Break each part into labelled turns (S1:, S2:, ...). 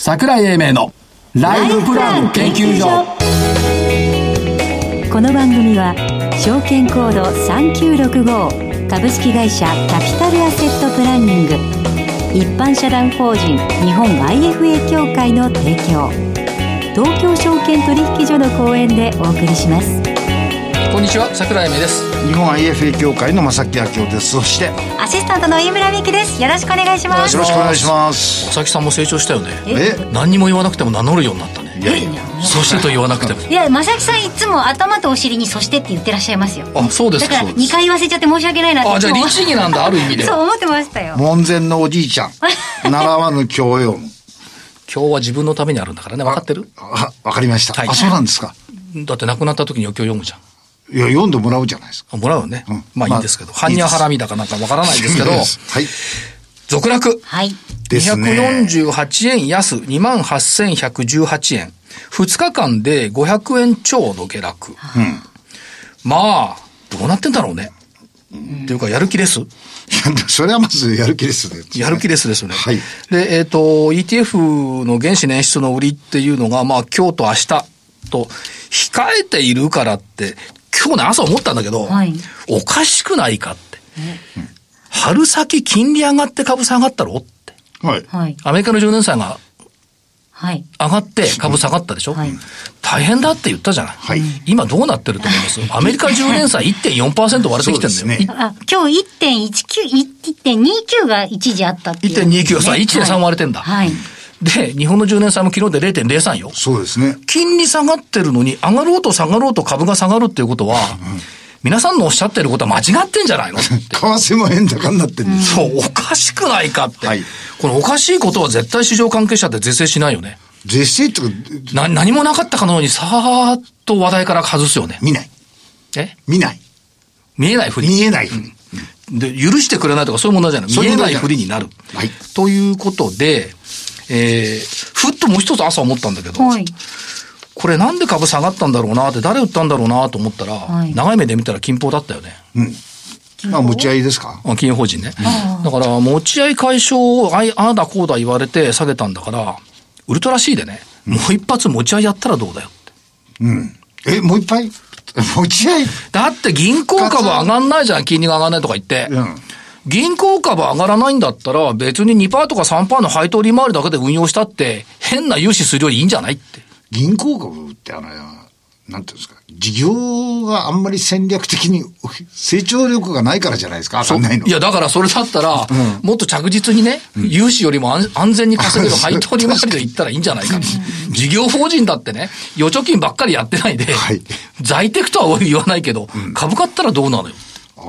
S1: 桜井英明のライフプラン研究所
S2: この番組は証券コード3965株式会社キャピタルアセットプランニング一般社団法人日本 IFA 協会の提供東京証券取引所の講演でお送りします
S3: こんにちは桜井英明です
S4: 日本 IFA 協会の正木明夫ですそしてよ
S2: アシスタントの飯村美希ですよろしくお願いします
S4: ろしくお願いします
S3: 佐々木さんも成長したよね
S4: え
S3: 何にも言わなくても名乗るようになったね
S4: いやいや
S3: そしてと言わなくても
S5: いや、まさきさんいつも頭とお尻にそしてって言ってらっしゃいますよ。
S3: あそうです
S5: だ
S3: か
S5: から
S3: そうで
S5: 2
S3: す
S5: 回言わせちゃって申し訳ないなって。
S3: あじゃあ
S5: いつも
S3: 律儀なんだある意味で
S5: そう思ってましたよ。
S4: 門前のおじいち ゃん習わぬ教養
S3: 今日は自分のためにあるんだからね分かってる
S4: あわかりました、
S3: はい
S4: あそうなんですか
S3: だって亡くなった時にお経読むじゃん
S4: いや読んでもらうじゃないですか
S3: あもらうよね、
S4: うん
S3: まあいいんですけど般若ハラミだかなんか分からないですけど
S4: はい
S3: 続落
S5: はい。
S4: ですね
S3: 248円安28,118円。2日間で500円超の下落。まあ、どうなってんだろうね。っていうか、やる気です。
S4: い やそれはまずやる気ですね
S3: やる気ですですよね。
S4: はい
S3: で、えっ、と、ETF の原資捻出の売りっていうのが、まあ、今日と明日と、控えているからって、今日ね、朝思ったんだけど、
S5: はい
S3: おかしくないかって。春先金利上がって株下がったろって。
S4: はい
S5: はい。
S3: アメリカの10年債が
S5: はい。
S3: 上がって株下がったでしょ、
S5: はい
S3: 大変だって言ったじゃない、
S4: はい
S3: 今どうなってると思いますアメリカ10年債1.4%割れてきて
S4: そ
S3: る
S4: うん
S3: だよ。
S4: ですね
S5: あ、今日1.19、1.29が一時あったっていう、
S3: 1.29そう1.3割れてんだ
S5: はい。はい
S3: で、日本の10年債も昨日で0.03よ。
S4: そうで すね
S3: 金利下がってるのに、上がろうと下がろうと株が下がるっていうことは、皆さんのおっしゃってることは間違ってんじゃないの
S4: 為替も円高になってるんです、
S3: そう、おかしくないかって。
S4: はい
S3: このおかしいことは絶対市場関係者って是正しないよね。
S4: 是正とか
S3: な、何もなかったかのようにさーっと話題から外すよね。
S4: 見ない
S3: え
S4: 見ない
S3: 見えないふり。
S4: 見えない、
S3: で、許してくれないとかそういう問題じゃない。
S4: そう
S3: 見
S4: いう
S3: えな
S4: 問題
S3: い
S4: じゃな
S3: ふ
S4: い
S3: りになる。
S4: はい
S3: ということで、えー、ふっともう一つ朝思ったんだけど、
S5: はい。
S3: これなんで株下がったんだろうなって、誰売ったんだろうなと思ったら、
S5: い
S3: 長い目で見たら金峰だったよね。
S4: まあ持ち合いですか
S3: あ金融法人ね。だから、持ち合い解消を、あいああだこうだ言われて下げたんだから、ウルトラ C でね、もう一発持ち合いやったらどうだよって。
S4: うんえもう一杯 持ち合い
S3: だって銀行株上がんないじゃん、金利が上がんないとか言って。
S4: うん
S3: 銀行株上がらないんだったら、別に2%とか3%の配当利回りだけで運用したって、変な融資するよりいいんじゃないって。
S4: 銀行株ってあの、なんていうんですか、事業があんまり戦略的に成長力がないからじゃないですか、上がんないの。
S3: いや、だからそれだったら、もっと着実にね、融資よりも安安全に稼げる 配当利回りでいったらいいんじゃないかって。事業法人だってね、預貯金ばっかりやってないで、
S4: はい
S3: 在宅とは言わないけど、株買ったらどうなのよ。
S4: あ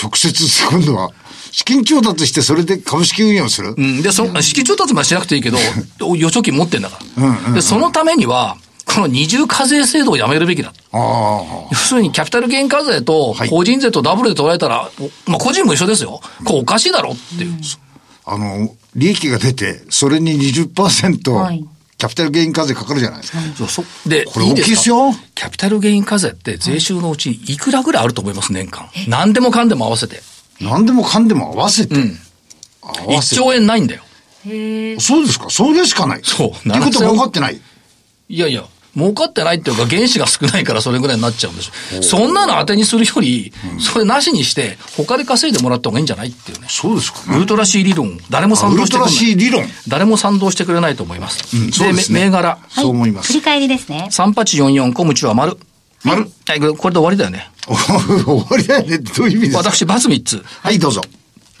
S4: 直接、今度は、資金調達してそれで株式運用する、
S3: うん、で、その、資金調達もしなくていいけ ど、お預貯金持ってんだから。
S4: うんうんうん
S3: で、そのためには、この二重課税制度をやめるべきだ。
S4: あ
S3: 要するにキャピタルゲイン課税と
S4: はい
S3: 法人税とダブルで捉えたら、おまあ個人も一緒ですよ。これおかしいだろっていう。
S4: あ、あの、利益が出て、それに20%、
S5: はい
S4: キャピタルゲイン課税かかるじゃないですか。
S3: そうそうで、
S4: これ大きいです
S3: か
S4: よ
S3: キャピタルゲイン課税って税収のうちいくらぐらいあると思います、年間。何でもかんでも合わせて。
S4: 何でもかんでも合わせて。
S3: ん
S4: 合わ
S3: 1
S4: せて。
S3: 兆円ないんだよ。
S4: そうですかそれしかない。
S3: そう
S4: っていうことは儲かってない。
S3: いやいや、儲かってないっていうか原資が少ないからそれぐらいになっちゃうんでしょ。そんなの当てにするより、それなしにして、他で稼いでもらった方がいいんじゃないっていうね。
S4: そうですか
S3: ウルトラ C 理論、誰も
S4: あ
S3: 賛
S4: ウ
S3: 同
S4: ル
S3: してくれ
S4: トラ
S3: ない。
S4: シー理論。
S3: 誰も賛同してくれないと思います。
S4: うんそうですね
S3: 銘柄。
S4: そう思います
S5: 振り。返りですね。
S3: 3844コムチは丸。
S4: 丸。
S3: はい、これこれで終わりだよね。
S4: 終わりだよねってどういう意味ですか
S3: 私、バツ3つ。
S4: はい、どうぞ。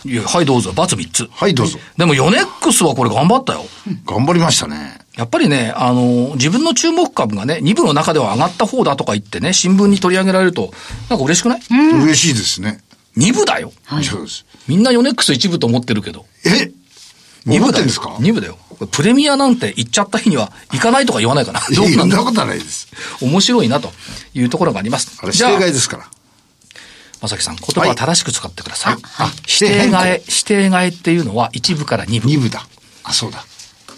S3: いやはい、どうぞ、バツ3つ。
S4: はい、どうぞ。
S3: でも、ヨネックスはこれ頑張ったよ。
S4: 頑張りましたね。
S3: やっぱりね、あの、自分の注目株がね、2部の中では上がった方だとか言ってね、新聞に取り上げられると、なんか嬉しくない
S4: 嬉しいですね。
S3: ?2 部だよ。
S4: そうです。
S3: みんなヨネックス1部と思ってるけど。
S4: え
S3: 二
S4: 思っ
S3: だ
S4: て
S3: よ
S4: んですか
S3: ?2 部だよ。これプレミアなんて行っちゃった日には行かないとか言わないかな。
S4: い
S3: ど
S4: や
S3: うな
S4: そ
S3: ん
S4: ん
S3: だ
S4: なことはないです。
S3: 面白いなというところがあります。
S4: あれ、指
S3: じゃあ
S4: 定外ですから。
S3: まさきさん、言葉は正しく使ってください。
S4: はいあ
S3: 指定
S4: 指
S3: 替
S4: 定
S3: え
S4: 変、
S3: 指定替えっていうのは1部から2部。
S4: 二部だ。あ、そうだ。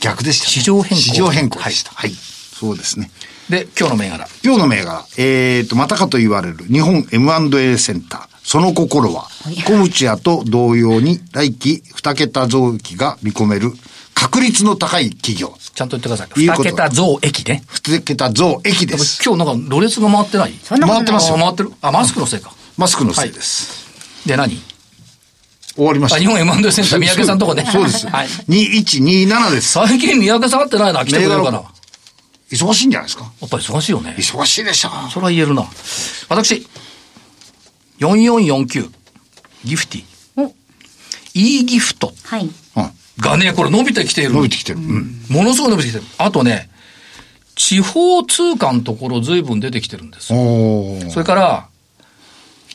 S4: 逆でしたね。
S3: 市場変更
S4: 市場変更でした。はい。そうですね。
S3: で、今日の銘柄。
S4: 今日の銘柄、えーと、またかと言われる日本 M&A センター。その心は、小口屋と同様に来期2桁増益が見込める確率の高い企業。
S3: ちゃんと言ってください。
S4: いうこと
S3: 2桁増益ね。
S4: 二桁増益で
S3: でも
S4: す。
S3: 今日なんか、ろれつが回ってない
S5: そんなことない
S4: 回ってますよ
S3: あ回ってる。あ、マスクのせいか。
S4: マスクのせいです。
S3: で、何
S4: 終わりました。
S3: あ、日本 M&A センター、三宅さんとこね。
S4: そうです。
S3: はい。
S4: 2127です。
S3: 最近三宅さん会ってないな、来てくれるかな。
S4: 銘柄
S3: やっ
S4: 忙しいんじゃないですか
S3: ぱり忙しいよね。
S4: 忙しいでしょ。
S3: それは言えるな。私、4449、ギフティ。
S5: お、
S3: いいギフト
S5: はい。
S4: うん。
S3: がね、これ伸びてきている。
S4: 伸びてきてる。うん。
S3: ものすごい伸びてきてる。あとね、地方通貨のところ随分出てきてるんです。
S4: おー
S3: それから、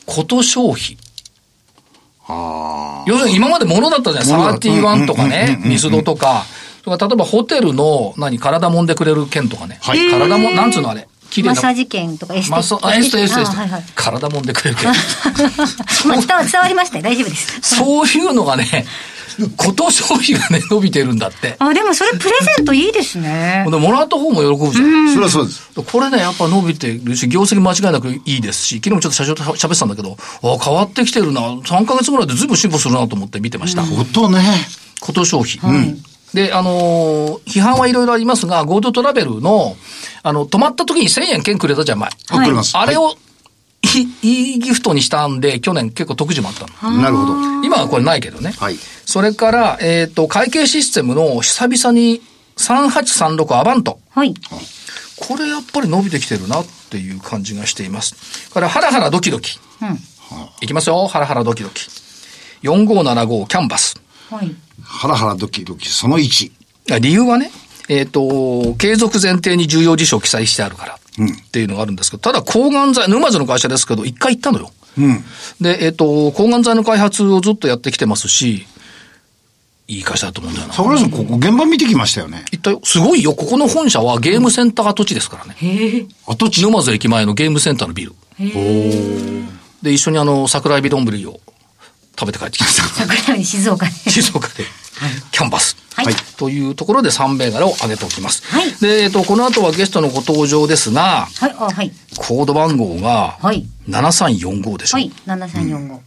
S3: こと消費。
S4: あ
S3: 要するに今まで物だったじゃない、
S4: 物だ
S3: 31とかね、ミスドとか、それから例えばホテルの、何、体揉んでくれる券とかね。
S4: はい
S3: 体も、なんつうのあれ。綺麗
S5: マッ
S3: な
S5: サージ券とかエステ。
S3: マッサあ、エステ、エステ、エ
S5: あ
S3: ステ
S5: はいはい。
S3: 体揉んでくれる券。
S5: まあ伝わ伝わりましたよ。大丈夫です。
S3: そういうのがね、こと消費がね、伸びてるんだって。
S5: あ、でもそれプレゼントいいですね
S3: で。もらった方も喜ぶじゃん。
S4: あ。それはそうです。
S3: これね、やっぱ伸びてるし、業績間違いなくいいですし、昨日もちょっと社長と喋ってたんだけど、あ変わってきてるな、3ヶ月ぐらいで随分進歩するなと思って見てました。
S4: 音ね。
S3: こと消費。で、あのー批判はいろいろありますが、GoTo トラベルの、あの、泊まった時に1000円券くれたじゃん、前。
S4: 送ります。
S3: あれ
S4: は
S3: を、いいいギフトにしたんで、去年結構特需もあったの。
S4: い。なるほど。
S3: 今はこれないけどね。
S4: はい。
S3: それから、えっ、と、会計システムの久々に3836アバント。
S5: はい。
S3: これやっぱり伸びてきてるなっていう感じがしています。から、ハラハラドキドキ。いきますよ、ハラハラドキドキ。4575キャンバス。
S5: はい。
S4: ハラハラドキドキ、その1。
S3: 理由はね、えっ、と、継続前提に重要事象を記載してあるから。
S4: うん
S3: っていうのがあるんですけど、ただ抗がん剤、沼津の会社ですけど、一回行ったのよ。
S4: うん。
S3: で、えっ、と、抗がん剤の開発をずっとやってきてますし、いい会社だと思うんだよな。
S4: 桜井さん、ここ現場見てきましたよね。
S3: 行ったよ。すごいよ。ここの本社はゲームセンター跡地ですからね。
S4: 跡地
S3: 沼津駅前のゲームセンターのビル。で、一緒にあの、桜エビ丼を食べて帰ってきました。
S5: 桜井静岡で。
S3: 静岡で。キャンバス。
S5: はい
S4: はい
S3: というところで3銘柄を挙げておきます。
S5: はい
S3: で、えっと、この後はゲストのご登場ですが、
S5: はい。あ、はい。
S3: コード番号が
S5: はい。
S3: 7345でしょ。
S5: はい。七三四五。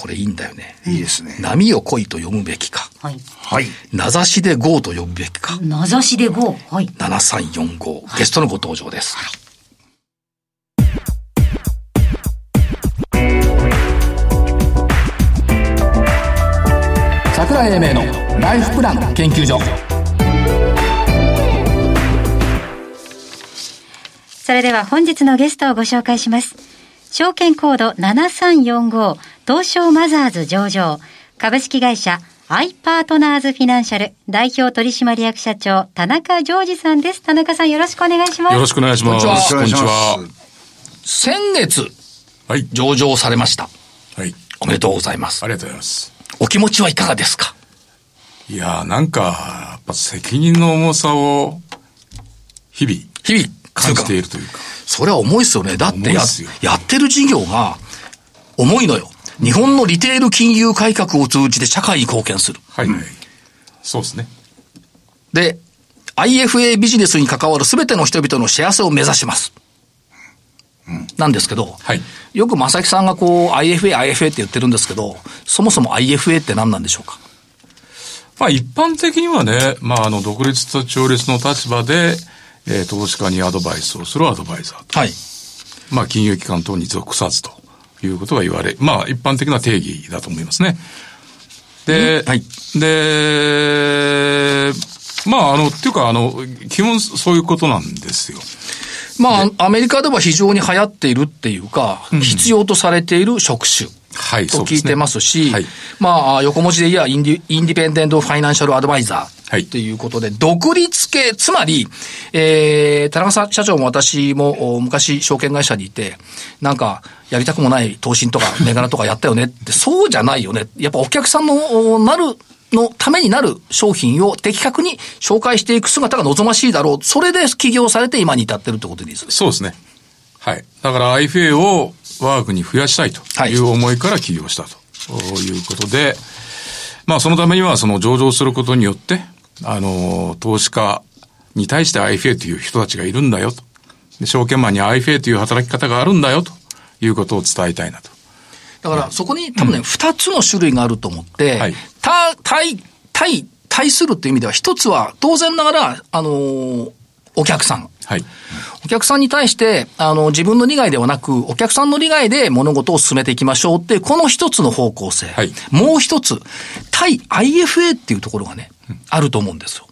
S3: これいいんだよね。
S4: いいですね。
S3: 波を恋と読むべきか、
S5: はい。
S4: はい。
S3: 名指しで5と呼ぶべきか、
S5: 名指しで五。はい。
S3: 7345、ゲストのご登場です。
S1: 桜井英明のライフプラン研究所
S5: それでは本日のゲストをご紹介します。証券コード7345東証マザーズ上場株式会社アイパートナーズフィナンシャル代表取締役社長田中ジョージさんです。田中さんよろしくお願いします。
S6: よろしくお願いします。
S3: こんにち
S4: よ
S3: は
S4: ろしくお
S6: こん
S4: 願いし
S6: に
S4: ます。
S3: 先月、
S6: ちははい。
S3: 上場されました。
S6: はい。
S3: おめでとうございます
S6: あ。りがとうございます。
S3: お気持ちはいかがですか
S6: いやー、なんか、やっぱ責任の重さを、日々、
S3: 日々、
S6: 感じてい
S3: る。
S6: るというか。
S3: それは重いっすよね。だって
S6: 重い
S3: や
S6: っすよ、
S3: やってる事業が重いのよ。日本のリテール金融改革を通じて社会に貢献する。
S6: はい。そうですね。
S3: で、IFA ビジネスに関わる全ての人々の幸せを目指します。なんですけど、
S6: はい
S3: よく正木さんがこう IFA、IFA って言ってるんですけど、そもそも IFA って何なんでしょうか
S6: まあ一般的にはね、まああの、独立と調律の立場で、えー投資家にアドバイスをするアドバイザーと。
S3: はい。
S6: まあ金融機関等に属さずということが言われ、まあ一般的な定義だと思いますね。で、
S3: はい
S6: で、まああの、っていうかあの、基本そういうことなんですよ。
S3: まあ、アメリカでは非常に流行っているっていうか、必要とされている職種。
S6: はい、
S3: と聞いてますし、
S6: そうですね
S3: まあ、横文字で言えばインディ、インディペンデント・ファイナンシャル・アドバイザ
S6: はい
S3: ーということで、独立系、つまり、えー、田中さん社長も私もお昔、証券会社にいて、なんか、やりたくもない投 信とか、銘柄とかやったよねって、そうじゃないよね。やっぱお客さんの、おなる、のためになる商品を的確に紹介していく姿が望ましいだろう。それで起業されて今に至ってるってことでいいですね。
S6: そうですね。はい。だから IFA を我が国に増やしたいと
S3: はい
S6: いう思いから起業したということで、まあそのためにはその上場することによって、あの、投資家に対して IFA という人たちがいるんだよと。で証券マンに IFA という働き方があるんだよということを伝えたいなと。
S3: だから、そこに多分ね、二、つの種類があると思って、
S6: はい
S3: た対、対、対対するっていう意味では、一つは、当然ながら、あのーお客さん。
S6: はい。
S3: お客さんに対して、あの、自分の利害ではなく、お客さんの利害で物事を進めていきましょうっていう、この一つの方向性。
S6: はい
S3: もう一つ、対 IFA っていうところがね、あると思うんですよ。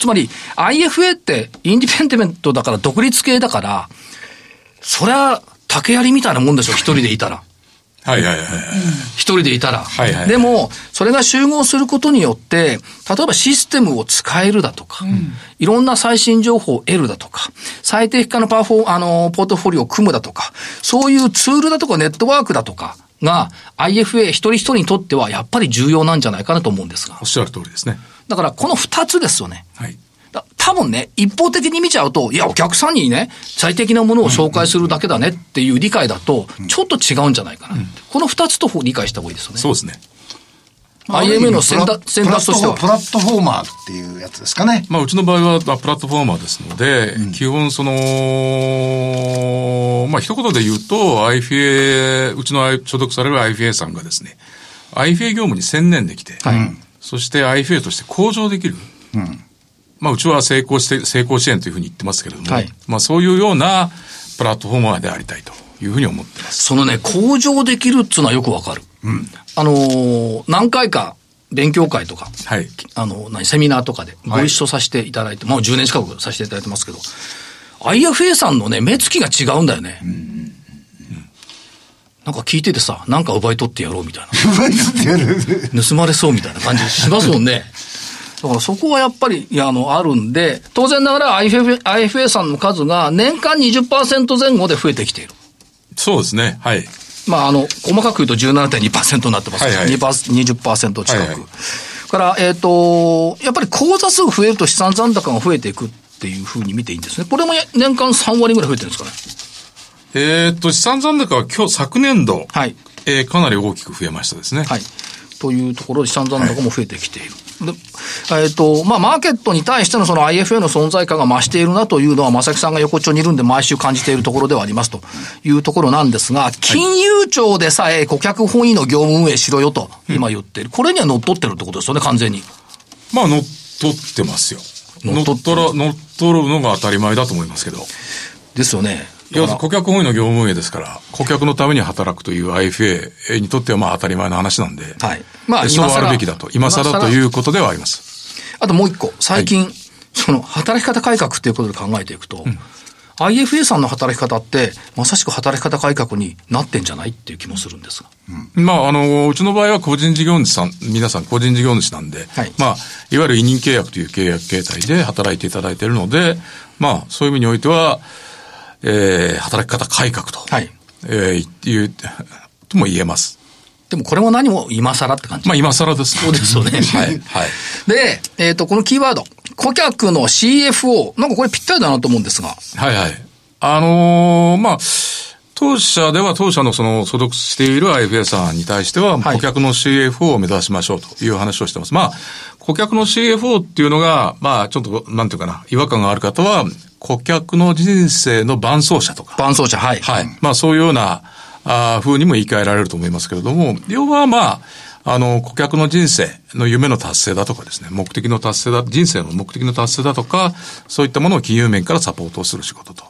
S3: つまり、IFA って、インディペンデメントだから、独立系だから、そりゃ、竹槍みたいなもんでしょ、一人でいたら。
S6: はいはいはいはい。
S3: 一人でいたら。
S6: はいはい
S3: でも、それが集合することによって、例えばシステムを使えるだとか、いろんな最新情報を得るだとか、最適化のパフォー、あの、ポートフォリオを組むだとか、そういうツールだとかネットワークだとかが、IFA 一人一人にとってはやっぱり重要なんじゃないかなと思うんですが
S6: おっ。しゃる通りですね。
S3: だから、この二つですよね。
S6: はい。
S3: だ多分ね、一方的に見ちゃうと、いや、お客さんにね、最適なものを紹介するだけだねっていう理解だと、ちょっと違うんじゃないかな。この二つと理解した方がいいですよね。
S6: そうですね。
S3: IMA の選択選択として
S4: プ
S3: は。
S4: ラットフォープラットフォーマーっていうやつですかね。
S6: まあ、うちの場合はまあプラットフォーマーですので、基本その、まあ、一言で言うと、IFA、うちの所属される IFA さんがですね、IFA 業務に専念できて、
S3: はい
S6: そして IFA として向上できる。まあ、うちは成功して、成功支援というふうに言ってますけれども、
S3: はい
S6: まあ、そういうようなプラットフォーマーでありたいというふうに思ってます。
S3: そのね、向上できるっつうのはよくわかる。あのー何回か勉強会とか、
S6: はい。
S3: あの、何、セミナーとかでご一緒させていただいて、もう10年近くさせていただいてますけど、IFA さんのね、目つきが違うんだよね。なんか聞いててさ、なんか奪い取ってやろうみたいな。盗まれそうみたいな感じしますもん ね。だからそこはやっぱり、いや、あの、あるんで、当然ながら IFA, IFA さんの数が年間20%前後で増えてきている。
S6: そうですね。はい。
S3: まあ、あの、細かく言うと17.2%になってますから、
S6: はいはい
S3: 2%パーセ20%近く。
S6: はいはい
S3: から、えっ、と、やっぱり口座数増えると資産残高が増えていくっていうふうに見ていいんですね。これもや年間3割ぐらい増えてるんですかね。
S6: えーっと、資産残高は今日、昨年度、
S3: はい。
S6: えーかなり大きく増えましたですね。
S3: はい。というところで資産残高も増えてきている。でえっ、と、まあ、マーケットに対してのその IFA の存在感が増しているなというのは、正木さんが横丁にいるんで毎週感じているところではありますというところなんですが、金融庁でさえ顧客本位の業務運営しろよと今言っている。これには乗っ取ってるってことですよね、完全に。
S6: まあ、乗っ取ってますよ。乗
S3: 乗っ
S6: っ
S3: 取って
S6: 取ら、乗っ取るのが当たり前だと思いますけど。
S3: ですよね。
S6: 要するに顧客本位の業務運営ですから、顧客のために働くという IFA にとってはまあ当たり前の話なんで、
S3: はいまあ
S6: でそ
S3: 今
S6: うあ
S3: 更
S6: るべきだと。今
S3: 今
S6: 更
S3: 更
S6: ということではあります。
S3: あともう一個、最近、その働き方改革っていうことで考えていくと、IFA さんの働き方って、まさしく働き方改革になってんじゃないっていう気もするんですが。
S6: まあ、あの、うちの場合は個人事業主さん、皆さん個人事業主なんで、
S3: はい
S6: まあ、いわゆる委任契約という契約形態で働いていただいているので、まあ、そういう意味においては、えー、働き方改革と、
S3: はい
S6: えー、言う、とも言えます。
S3: でもこれも何も今更って感じ。
S6: まあ、今更です。
S3: そうです よね
S6: はい。はい。
S3: で、えっ、と、このキーワード、顧客の CFO、なんかこれぴったりだなと思うんですが、
S6: はいはい。あのーまあ、当社では当社のその所属している IFA さんに対しては、
S3: はい
S6: 顧客の CFO を目指しましょうという話をしてます。まあ、顧客の CFO っていうのが、まあ、ちょっと、なんていうかな、違和感がある方は、顧客の人生の伴走者とか、
S3: 伴走者、はい。
S6: はい。まあ、そういうような、あー風にも言い換えられると思いますけれども、要はまあ、あの、顧客の人生の夢の達成だとかですね、目的の達成だ、人生の目的の達成だとか、そういったものを金融面からサポートをする仕事と。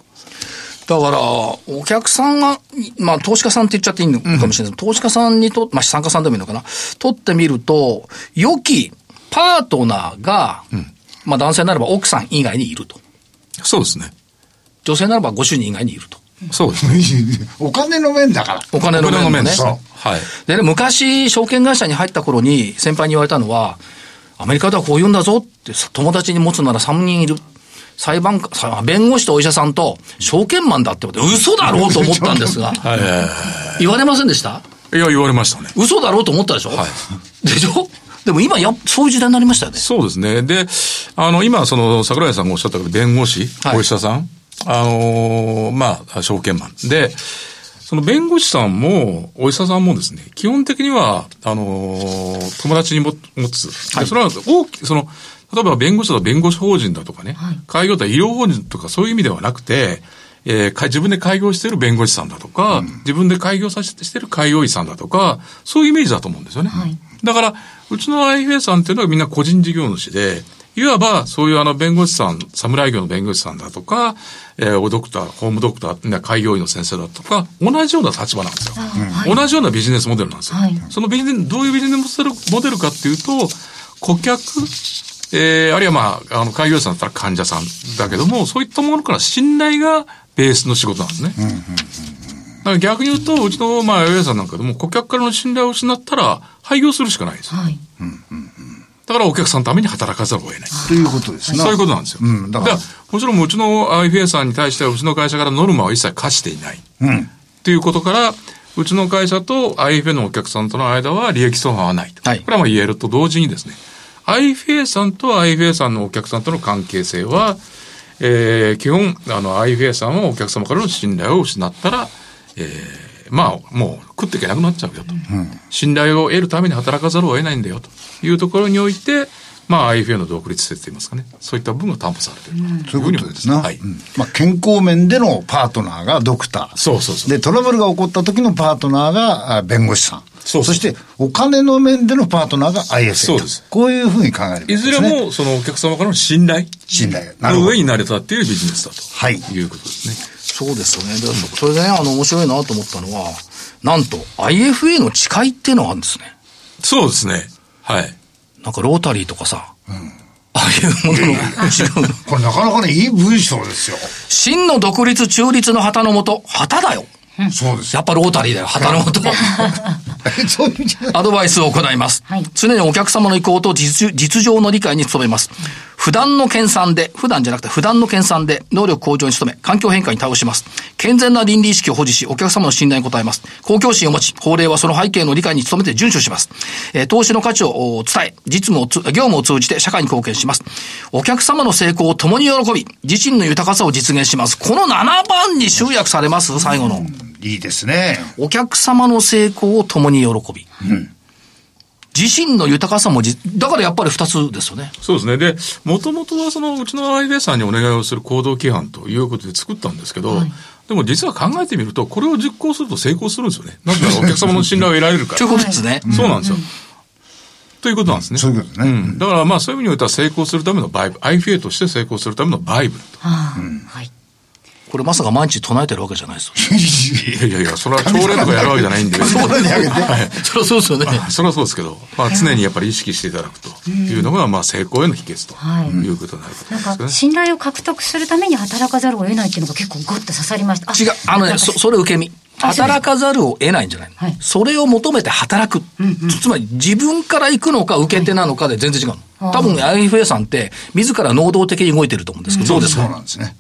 S3: だから、お客さんが、まあ、投資家さんって言っちゃっていいのかもしれないです、投資家さんにと、まあ、資産家さんでもいいのかな、取ってみると、良きパートナーが、まあ、男性ならば奥さん以外にいると。
S6: そうですね。
S3: 女性ならばご主人以外にいると。
S6: そうですね。
S4: お金の面だから。
S3: お金の面もね。
S6: そう。はい。
S3: でね、昔、証券会社に入った頃に先輩に言われたのは、アメリカではこう言うんだぞって、友達に持つなら3人いる。裁判官、さ弁護士とお医者さんと証券マンだってこと、嘘だろうと思ったんですが、言われませんでした
S6: いや、言われましたね。
S3: 嘘だろうと思ったでしょ、
S6: は
S3: でしょでも今や、そういう時代になりましたよね。
S6: そうですね。で、あの、今、その、桜井さんがおっしゃったけど、弁護士、
S3: はい
S6: お医者さん、あのーまあ、証券マン。で、その弁護士さんも、お医者さんもですね、基本的には、あのー友達にも持つ。でそれは大き、その、例えば弁護士だと弁護士法人だとかね、開業だと医療法人とかそういう意味ではなくて、えーか自分で開業している弁護士さんだとか、自分で開業させてしている開業医さんだとか、そういうイメージだと思うんですよね。だから、うちの IFA さんっていうのはみんな個人事業主で、いわばそういうあの弁護士さん、侍業の弁護士さんだとか、えーおドクター、ホームドクター、ね開業医の先生だとか、同じような立場なんですよ。同じようなビジネスモデルなんですよ。
S5: はい
S6: そのビジネス、どういうビジネスモデルモデルかっていうと、顧客、えーあるいはまあ、あの、開業医さんだったら患者さんだけども、そういったものから信頼がベースの仕事なんですね。だから逆に言うと、うちの、まあ、AOA さんなんかでも、顧客からの信頼を失ったら、廃業するしかないです。
S5: はい。
S6: だからお客さんのために働かざるを得ない。
S4: ということですね。
S6: そういうことなんですよ。
S4: うんだ
S6: だ
S4: か
S6: からら、もちろんうちの IFA さんに対しては、うちの会社からノルマを一切課していない。
S4: うん。
S6: ということから、うちの会社と IFA のお客さんとの間は利益相反はないと。
S3: はい
S6: これはまあ言えると同時にですね、IFA さんと IFA さんのお客さんとの関係性は、えー基本、あの、IFA さんはお客様からの信頼を失ったら、えーまあ、もう食っていけなくなっちゃうよと。信頼を得るために働かざるを得ないんだよというところにおいて、まあ、IFA の独立性といいますかね、そういった部分が担保されていると
S4: そ
S6: いう
S4: い
S6: うふう
S4: う
S6: に
S4: こと
S6: 思いま
S4: ですな。
S6: はい。
S4: うんまあ、健康面でのパートナーがドクター。
S6: そうそうそう
S4: で、トラブルが起こった時のパートナーがあ弁護士さん。
S6: そうそう
S4: して、お金の面でのパートナーが ISA。
S6: そうです。
S4: こういうふうに考えるべき
S6: い
S4: です
S6: ず
S4: ね。
S6: れも、そのお客様からの信頼。
S4: 信頼。なる
S6: の
S4: ほど
S6: 上。に慣れたっていうビジネスだと。
S4: はい
S6: いうことですね。
S3: そうですよね。でそれでね、あの、面白いなと思ったのは、なんと IFA の誓いっていうのがあるんですね。
S6: そうですね。はい。
S3: なんかロータリーとかさ、ああいうものの違う。
S4: これなかなかね、いい文章ですよ。
S3: 真の独立中立の旗のもと、旗だよ。
S4: そう です
S3: や
S4: よ。
S3: っぱロータリーだよ、旗のもと。
S4: そういう意味じゃない。
S3: アドバイスを行います。
S5: はい
S3: 常にお客様の意向と実実情の理解に努めます。普段の研鑽で、普段じゃなくて普段の研鑽で能力向上に努め、環境変化に対応します。健全な倫理意識を保持し、お客様の信頼に応えます。公共心を持ち、法令はその背景の理解に努めて遵守します。えー投資の価値をお伝え、実務をつ、業務を通じて社会に貢献します。お客様の成功を共に喜び、自身の豊かさを実現します。この7番に集約されます、最後の。
S4: いいですね。
S3: お客様の成功を共に喜び。自身の豊かさもじ、だからやっぱり二つですよね。
S6: そうですね。で、もともとはそのうちの IBA さんにお願いをする行動規範ということで作ったんですけど、でも実は考えてみると、これを実行すると成功するんですよね。なぜならお客様の信頼を得られるか
S3: とい
S6: ら
S3: う。ことですね。
S6: そうなんですよ。ということなんですね。
S4: そういうことね
S6: んだからまあそういう意味においては成功するためのバイブ、IFA として成功するためのバイブと。
S5: ああ、はい。
S3: これまさか毎日唱えてるわけじゃないですよ。
S6: いやいやいや、それは朝礼とかやるわけじゃ ないんで。はい
S3: そりゃそうですよね。
S6: それはそうですけど、まあ、常にやっぱり意識していただくというのが、まあ、成功への秘訣
S5: はい
S6: ということになると思い
S5: な
S6: ま
S5: んか、
S6: すね。
S5: 信頼を獲得するために働かざるを得ないっていうのが結構ゴッと刺さりました。
S3: 違う、あの
S5: な
S3: ね、
S5: んか
S3: そ、それ受け身。
S5: あそうです
S3: 働かざるを得ないんじゃないの、
S5: はい
S3: それを求めて働く、つつまり自分から行くのか受け手なのかで全然違うの。多分 IFA さんって自ら能動的に動いてると思うんですけど、どうです
S4: そう
S3: か
S4: なんですね。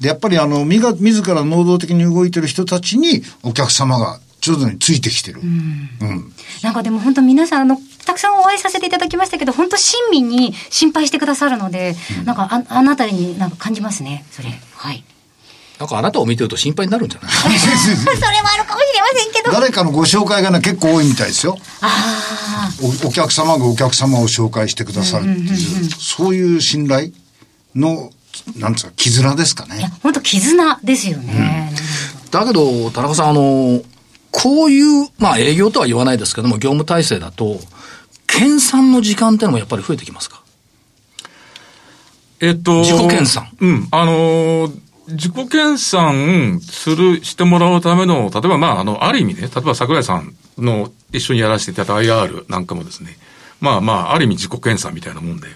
S4: で、やっぱりあの、みが、自ら能動的に動いてる人たちに、お客様が、徐々についてきてる。うん。
S5: なんかでも本当皆さん、あの、たくさんお会いさせていただきましたけど、本当親身に心配してくださるので、なんかあ、あなたになんか感じますね、それ。はい。
S3: なんかあなたを見てると心配になるんじゃない
S5: それはあるかもしれませんけど。
S4: 誰かのご紹介がね、結構多いみたいですよ。
S5: あ
S4: おお客様がお客様を紹介してくださるっていう、そういう信頼の、なんですか、絆ですか
S5: あ、いや
S4: ね。、
S5: 本当絆ですよね。
S3: だけど、田中さん、あの、こういう、まあ営業とは言わないですけども、業務体制だと、研鑽の時間ってのもやっぱり増えてきますか
S6: えっと、
S3: 自己研鑽
S6: うん、あのー自己研鑽する、してもらうための、例えばまあ、あの、ある意味ね、例えば桜井さんの一緒にやらせていただいた IR なんかもですね、まあまあ、ある意味自己研鑽みたいなもんで、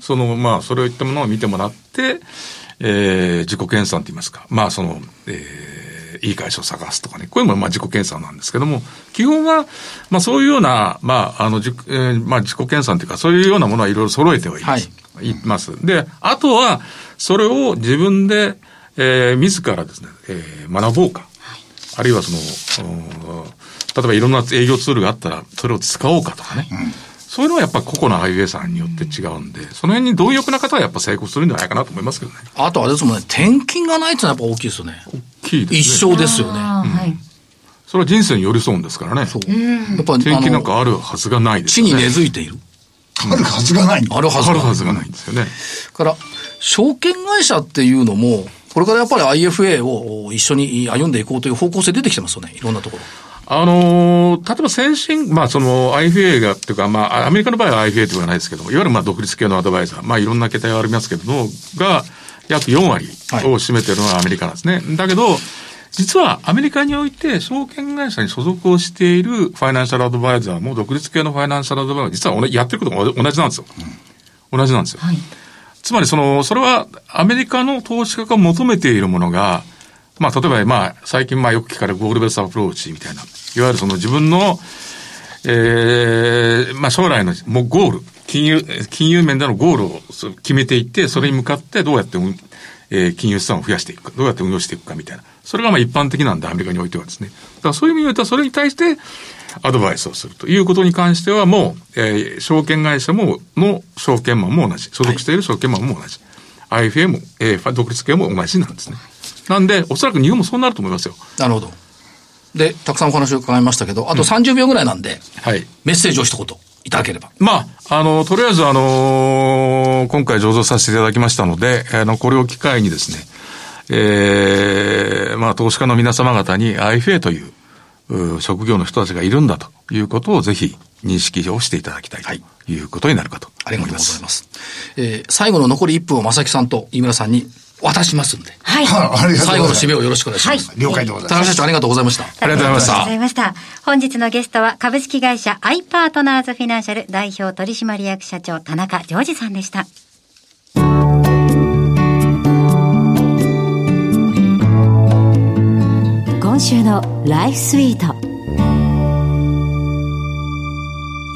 S6: その、まあ、それをいったものを見てもらって、えー自己研鑽と言いますか、まあ、その、えーいい会社を探すとかね、これもまあ自己検査なんですけども、基本は、まあそういうような、まああの、じゅえーまあ自己検査というか、そういうようなものはいろいろ揃えてはいます。います。で、あとは、それを自分で、えー自らですね、えー学ぼうか。あるいはその、うん例えばいろんな営業ツールがあったら、それを使おうかとかね。そういうのはやっぱ個々の IUA さんによって違うんで、その辺に貪欲な方はやっぱ成功するんじゃないかなと思いますけどね。
S3: あとあれですもんね、転勤がないってのはやっぱ大きいですよね。
S6: キーですね
S3: 一生ですよね。や
S5: ああ、はい。
S6: それは人生に寄り添うんですからね。
S3: っぱり、
S6: 天気
S3: あ
S6: なん
S3: の、
S6: かあるはずがないです
S3: 地
S6: よね。
S3: に根付いている。
S4: あるはずがないんだ
S3: あるはず
S6: ある
S3: だ
S6: はずがないんですよね。
S3: から、証券会社っていうのも、これからやっぱり IFA を一緒に歩んでいこうという方向性出てきてますよね、いろんなところ。
S6: あのー例えば先進、まあその IFA がっていうか、まあアメリカの場合は IFA とはないですけども、いわゆるまあ独立系のアドバイザー、まあいろんな形態はありますけども、が約4割
S3: はい
S6: を占めてるのはアメリカなんですね。だけど、実はアメリカにおいて証券会社に所属をしているファイナンシャルアドバイザーも独立系のファイナンシャルアドバイザーも実は同じやってることも同じなんですよ。同じなんですよ。
S5: はい。
S6: つまりその、それはアメリカの投資家が求めているものが、まあ、例えば、まあ、最近、まあ、よく聞かれるゴールベースアプローチみたいな、いわゆるその自分の、ええまあ、将来の、もうゴール、金融、金融面でのゴールをそう決めていって、それに向かってどうやって運、えー金融資産を増やしていくか、どうやって運用していくかみたいな。それがまあ一般的なんで、アメリカにおいてはですね。だからそういう意味においては、それに対してアドバイスをするということに関しては、もう、えー証券会社も、の証券マンも同じ、所属している証券マンも同じ、IFA も、えー独立系も同じなんですね。なんで、おそらく日本もそうなると思いますよ。
S3: なるほど。で、たくさんお話を伺いましたけど、あと30秒ぐらいなんで、
S6: はい。
S3: メッセージを一言いただければ。
S6: まあ、あの、とりあえず、あの今回上場させていただきましたので、あの、これを機会にですね、ええまあ、投資家の皆様方に IFA といううー職業の人たちがいるんだということをぜひ認識をしていただきたいということになるかと
S3: あ
S6: 思
S3: り
S6: い
S3: が
S6: ま
S3: とうござ
S6: す。
S3: います。えー最後の残り1分を正木さんと飯村さんに渡しますんで、
S5: はい。
S4: ありがとうございます。
S3: 最後の締めをよろしくお願いします。
S5: はい
S4: 了解でござい
S3: 田
S4: ま
S3: 中
S4: す。
S3: 社長ありがとうございました。
S6: ありがとうございまし
S5: ありがとう
S6: た
S5: ござ。いました。本日のゲストは株式会社アイパートナーズフィナンシャル代表取締役社長田中ジョージさんでした。
S2: 今週のライフスイート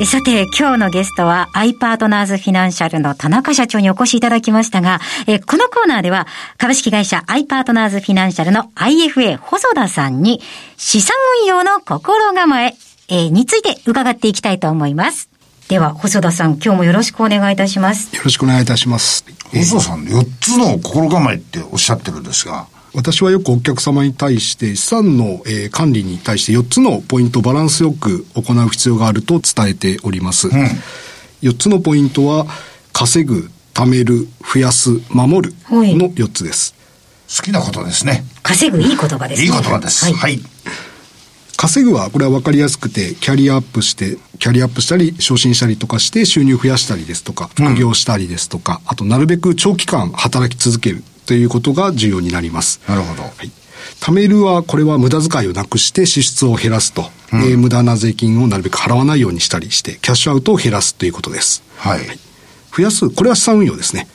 S5: えさて、今日のゲストは、アイパートナーズフィナンシャルの田中社長にお越しいただきましたが、えこのコーナーでは、株式会社アイパートナーズフィナンシャルの IFA 細田さんに、資産運用の心構ええーについて伺っていきたいと思います。では、細田さん、今日もよろしくお願いいたします。
S7: よろしくお願いいたします。えー
S4: 細田さん、4つの心構えっておっしゃってるんですが、
S7: 私はよくお客様に対して資産の、えー管理に対して4つのポイントをバランスよく行う必要があると伝えております。4つのポイントは稼ぐ、貯める、増やす、守る
S5: はい
S7: の4つです。
S4: 好きなことですね。
S5: 稼ぐいい言葉です、
S4: いい言葉です。
S5: は。
S4: はいい。
S7: 稼ぐはこれは分かりやすくてキャリアアップしてキャリアアップしたり昇進したりとかして収入増やしたりですとか副業したりですとか、あとなるべく長期間働き続けるということが重要になります。
S4: なるほど
S7: はい貯めるはこれは無駄遣いをなくして支出を減らすと、えー無駄な税金をなるべく払わないようにしたりしてキャッシュアウトを減らすということです。
S4: はい。
S7: 増やすこれは資産運用ですね。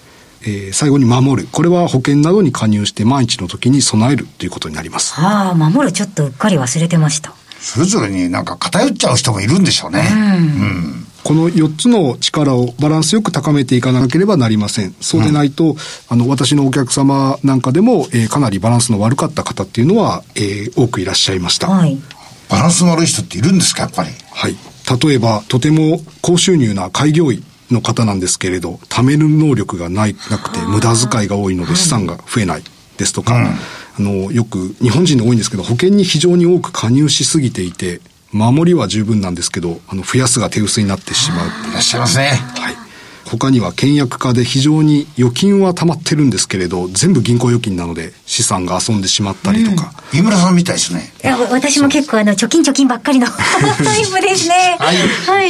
S7: えー最後に守るこれは保険などに加入して万一の時に備えるということになります。
S5: ああ、守るちょっとうっかり忘れてました。
S4: それぞれになんか偏っちゃう人もいるんでしょうね。
S7: この4つの力をバランスよく高めていかなければなりません。そうでないと、あの、私のお客様なんかでも、えーかなりバランスの悪かった方っていうのは、えー多くいらっしゃいました。は。
S5: はいい。
S4: バランスの悪い人っているんですか、やっぱり。
S7: 例えば、とても高収入な開業医の方なんですけれど、貯める能力がない、なくて、無駄遣いが多いので資産が増えないですとか、あの、よく、日本人で多いんですけど、保険に非常に多く加入しすぎていて、守りは十分なんですけど、あの、増やすが手薄になってしまう。
S4: いらっしゃいますね。
S7: はい。他には倹約家で非常に預金は溜まってるんですけれど、全部銀行預金なので資産が遊んでしまったりとか。
S4: 飯村さんみたいですね。
S5: いやわ私も結構あの貯金貯金ばっかりの タイプですね。はい。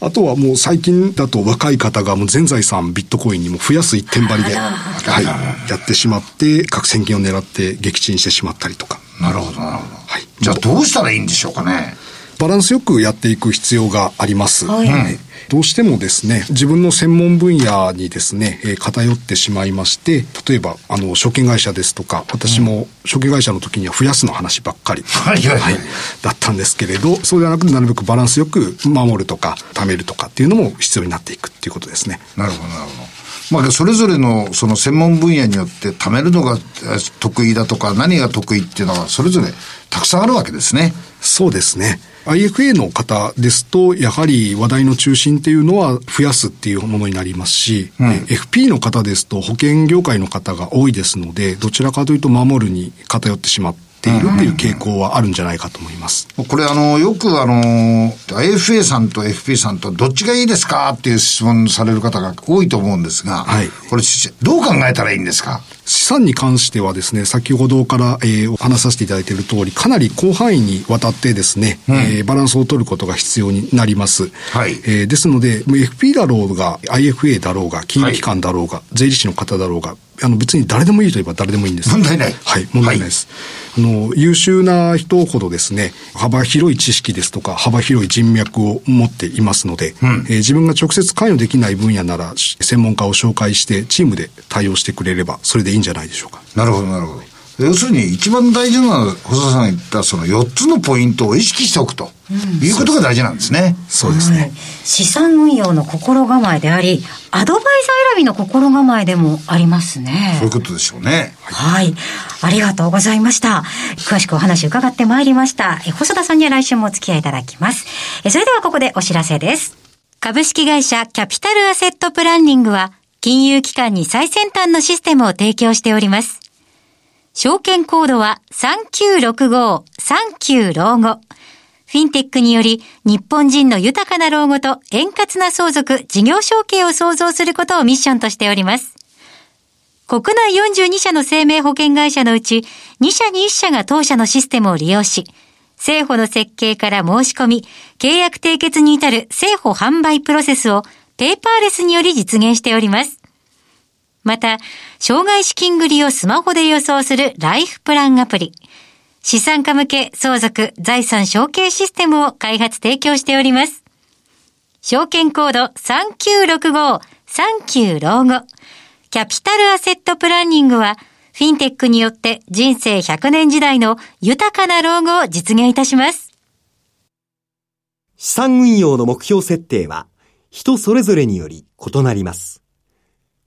S7: あとはもう最近だと若い方がもう全財産ビットコインにも増やす一点張りで、はい、やってしまって、各選金を狙って撃沈してしまったりとか。
S4: なるほど、なるほど。
S7: はい。
S4: じゃあどうしたらいいんでしょうかね。
S7: バランスよくやっていく必要があります。
S5: はい
S7: うんどうしてもですね、自分の専門分野にですね、えー偏ってしまいまして、例えば、あの、証券会社ですとか、私も証券会社の時には増やすの話ばっかり。
S4: はいはいはい
S7: だったんですけれど、そうではなくてなるべくバランスよく守るとか、貯めるとかっていうのも必要になっていくっていうことですね。
S4: なるほど、なるほど。まあ、それぞれのその専門分野によって貯めるのがえー得意だとか何が得意っていうのはそれぞれたくさんあるわけですね。
S7: そうですね。IFA の方ですと、やはり話題の中心っていうのは増やすっていうものになりますし、え FP の方ですと保険業界の方が多いですので、どちらかというと守るに偏ってしまって、っているっていう傾向はあるんじゃないかと思います。
S4: これあの、よくあの、AFA さんと FP さんとどっちがいいですかっていう質問される方が多いと思うんですが、
S7: はい
S4: これ、しどう考えたらいいんですか
S7: 資産に関してはですね、先ほどから、えーお話しさせていただいている通り、かなり広範囲にわたってですね、えーバランスを取ることが必要になります。
S4: はい
S7: えーですので、もう FP だろうが、IFA だろうが、金融機関だろうが、税理士の方だろうが、あの別に誰でもいいといえば誰でもいいんです。
S4: 問題ない
S7: はい、問題ないです。あの、優秀な人ほどですね、幅広い知識ですとか、幅広い人脈を持っていますので、えー自分が直接関与できない分野なら、し専門家を紹介して、チームで対応してくれれば、それでいいんじゃないでしょうか。
S4: なるほど、なるほど。要するに、一番大事なのは、細田さんが言った、その4つのポイントを意識しておくと、いうことが大事なんですね。
S7: そうですね。
S5: はい資産運用の心構えであり、アドバイザー選びの心構えでもありますね。
S4: そういうことでしょうね。
S5: はい。ありがとうございました。詳しくお話伺ってまいりました。え細田さんには来週もお付き合いいただきます。えそれではここでお知らせです。株式会社キャピタルアセットプランニングは、金融機関に最先端のシステムを提供しております。証券コードは3965-39老後。フィンテックにより、日本人の豊かな老後と円滑な相続、事業承継を創造することをミッションとしております。国内42社の生命保険会社のうち、2社に1社が当社のシステムを利用し、政府の設計から申し込み、契約締結に至る政府販売プロセスをペーパーレスにより実現しております。また、障害資金繰りをスマホで予想するライフプランアプリ、資産家向け相続財産承継システムを開発提供しております。証券コード3965-39老後。キャピタルアセットプランニングは、フィンテックによって人生100年時代の豊かな老後を実現いたします。
S8: 資産運用の目標設定は人それぞれにより異なります。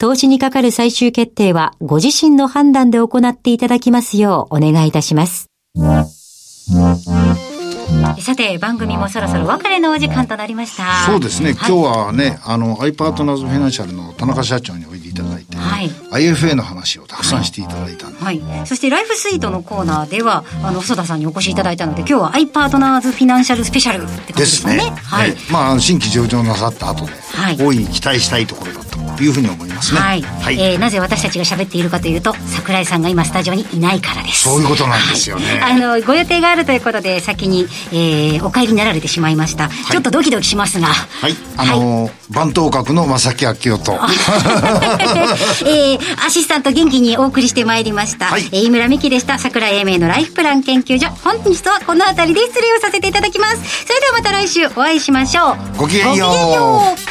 S2: 投資にかかる最終決定は、ご自身の判断で行っていただきますようお願いいたします。
S5: さて、番組もそろそろお別れのお時間となりました。
S4: そうですね、
S5: はい
S4: 今日はね、あの、アイパートナーズフィナンシャルの田中社長においでいただいて、
S5: はい
S4: IFA の話をたくさんしていただいたんで、
S5: はい。そして、ライフスイートのコーナーでは、あの、細田さんにお越しいただいたので、今日はアイパートナーズフィナンシャルスペシャルってこと
S4: で
S5: ですすかね。
S4: ね。
S5: は。
S4: はいい。まあ、新規上場なさった後で、
S5: はい
S4: 大いに期待したいところだというふうに思いますね。
S5: はい、
S4: はい。
S5: えーなぜ私たちが喋っているかというと桜井さんが今スタジオにいないからです
S4: そういうことなんですよね
S5: はいあのご予定があるということで先に、えーお帰りになられてしまいました、ちょっとドキドキしますがは
S4: はい、あのー番頭角の正木昭夫と、
S5: えーアシスタント元気にお送りしてまいりました、
S4: はい
S5: えー飯村美希でした桜井英明のライフプラン研究所本日はこの辺りで失礼をさせていただきますそれではまた来週お会いしましょう
S4: ごきげんよう
S5: 哦ごきげんよう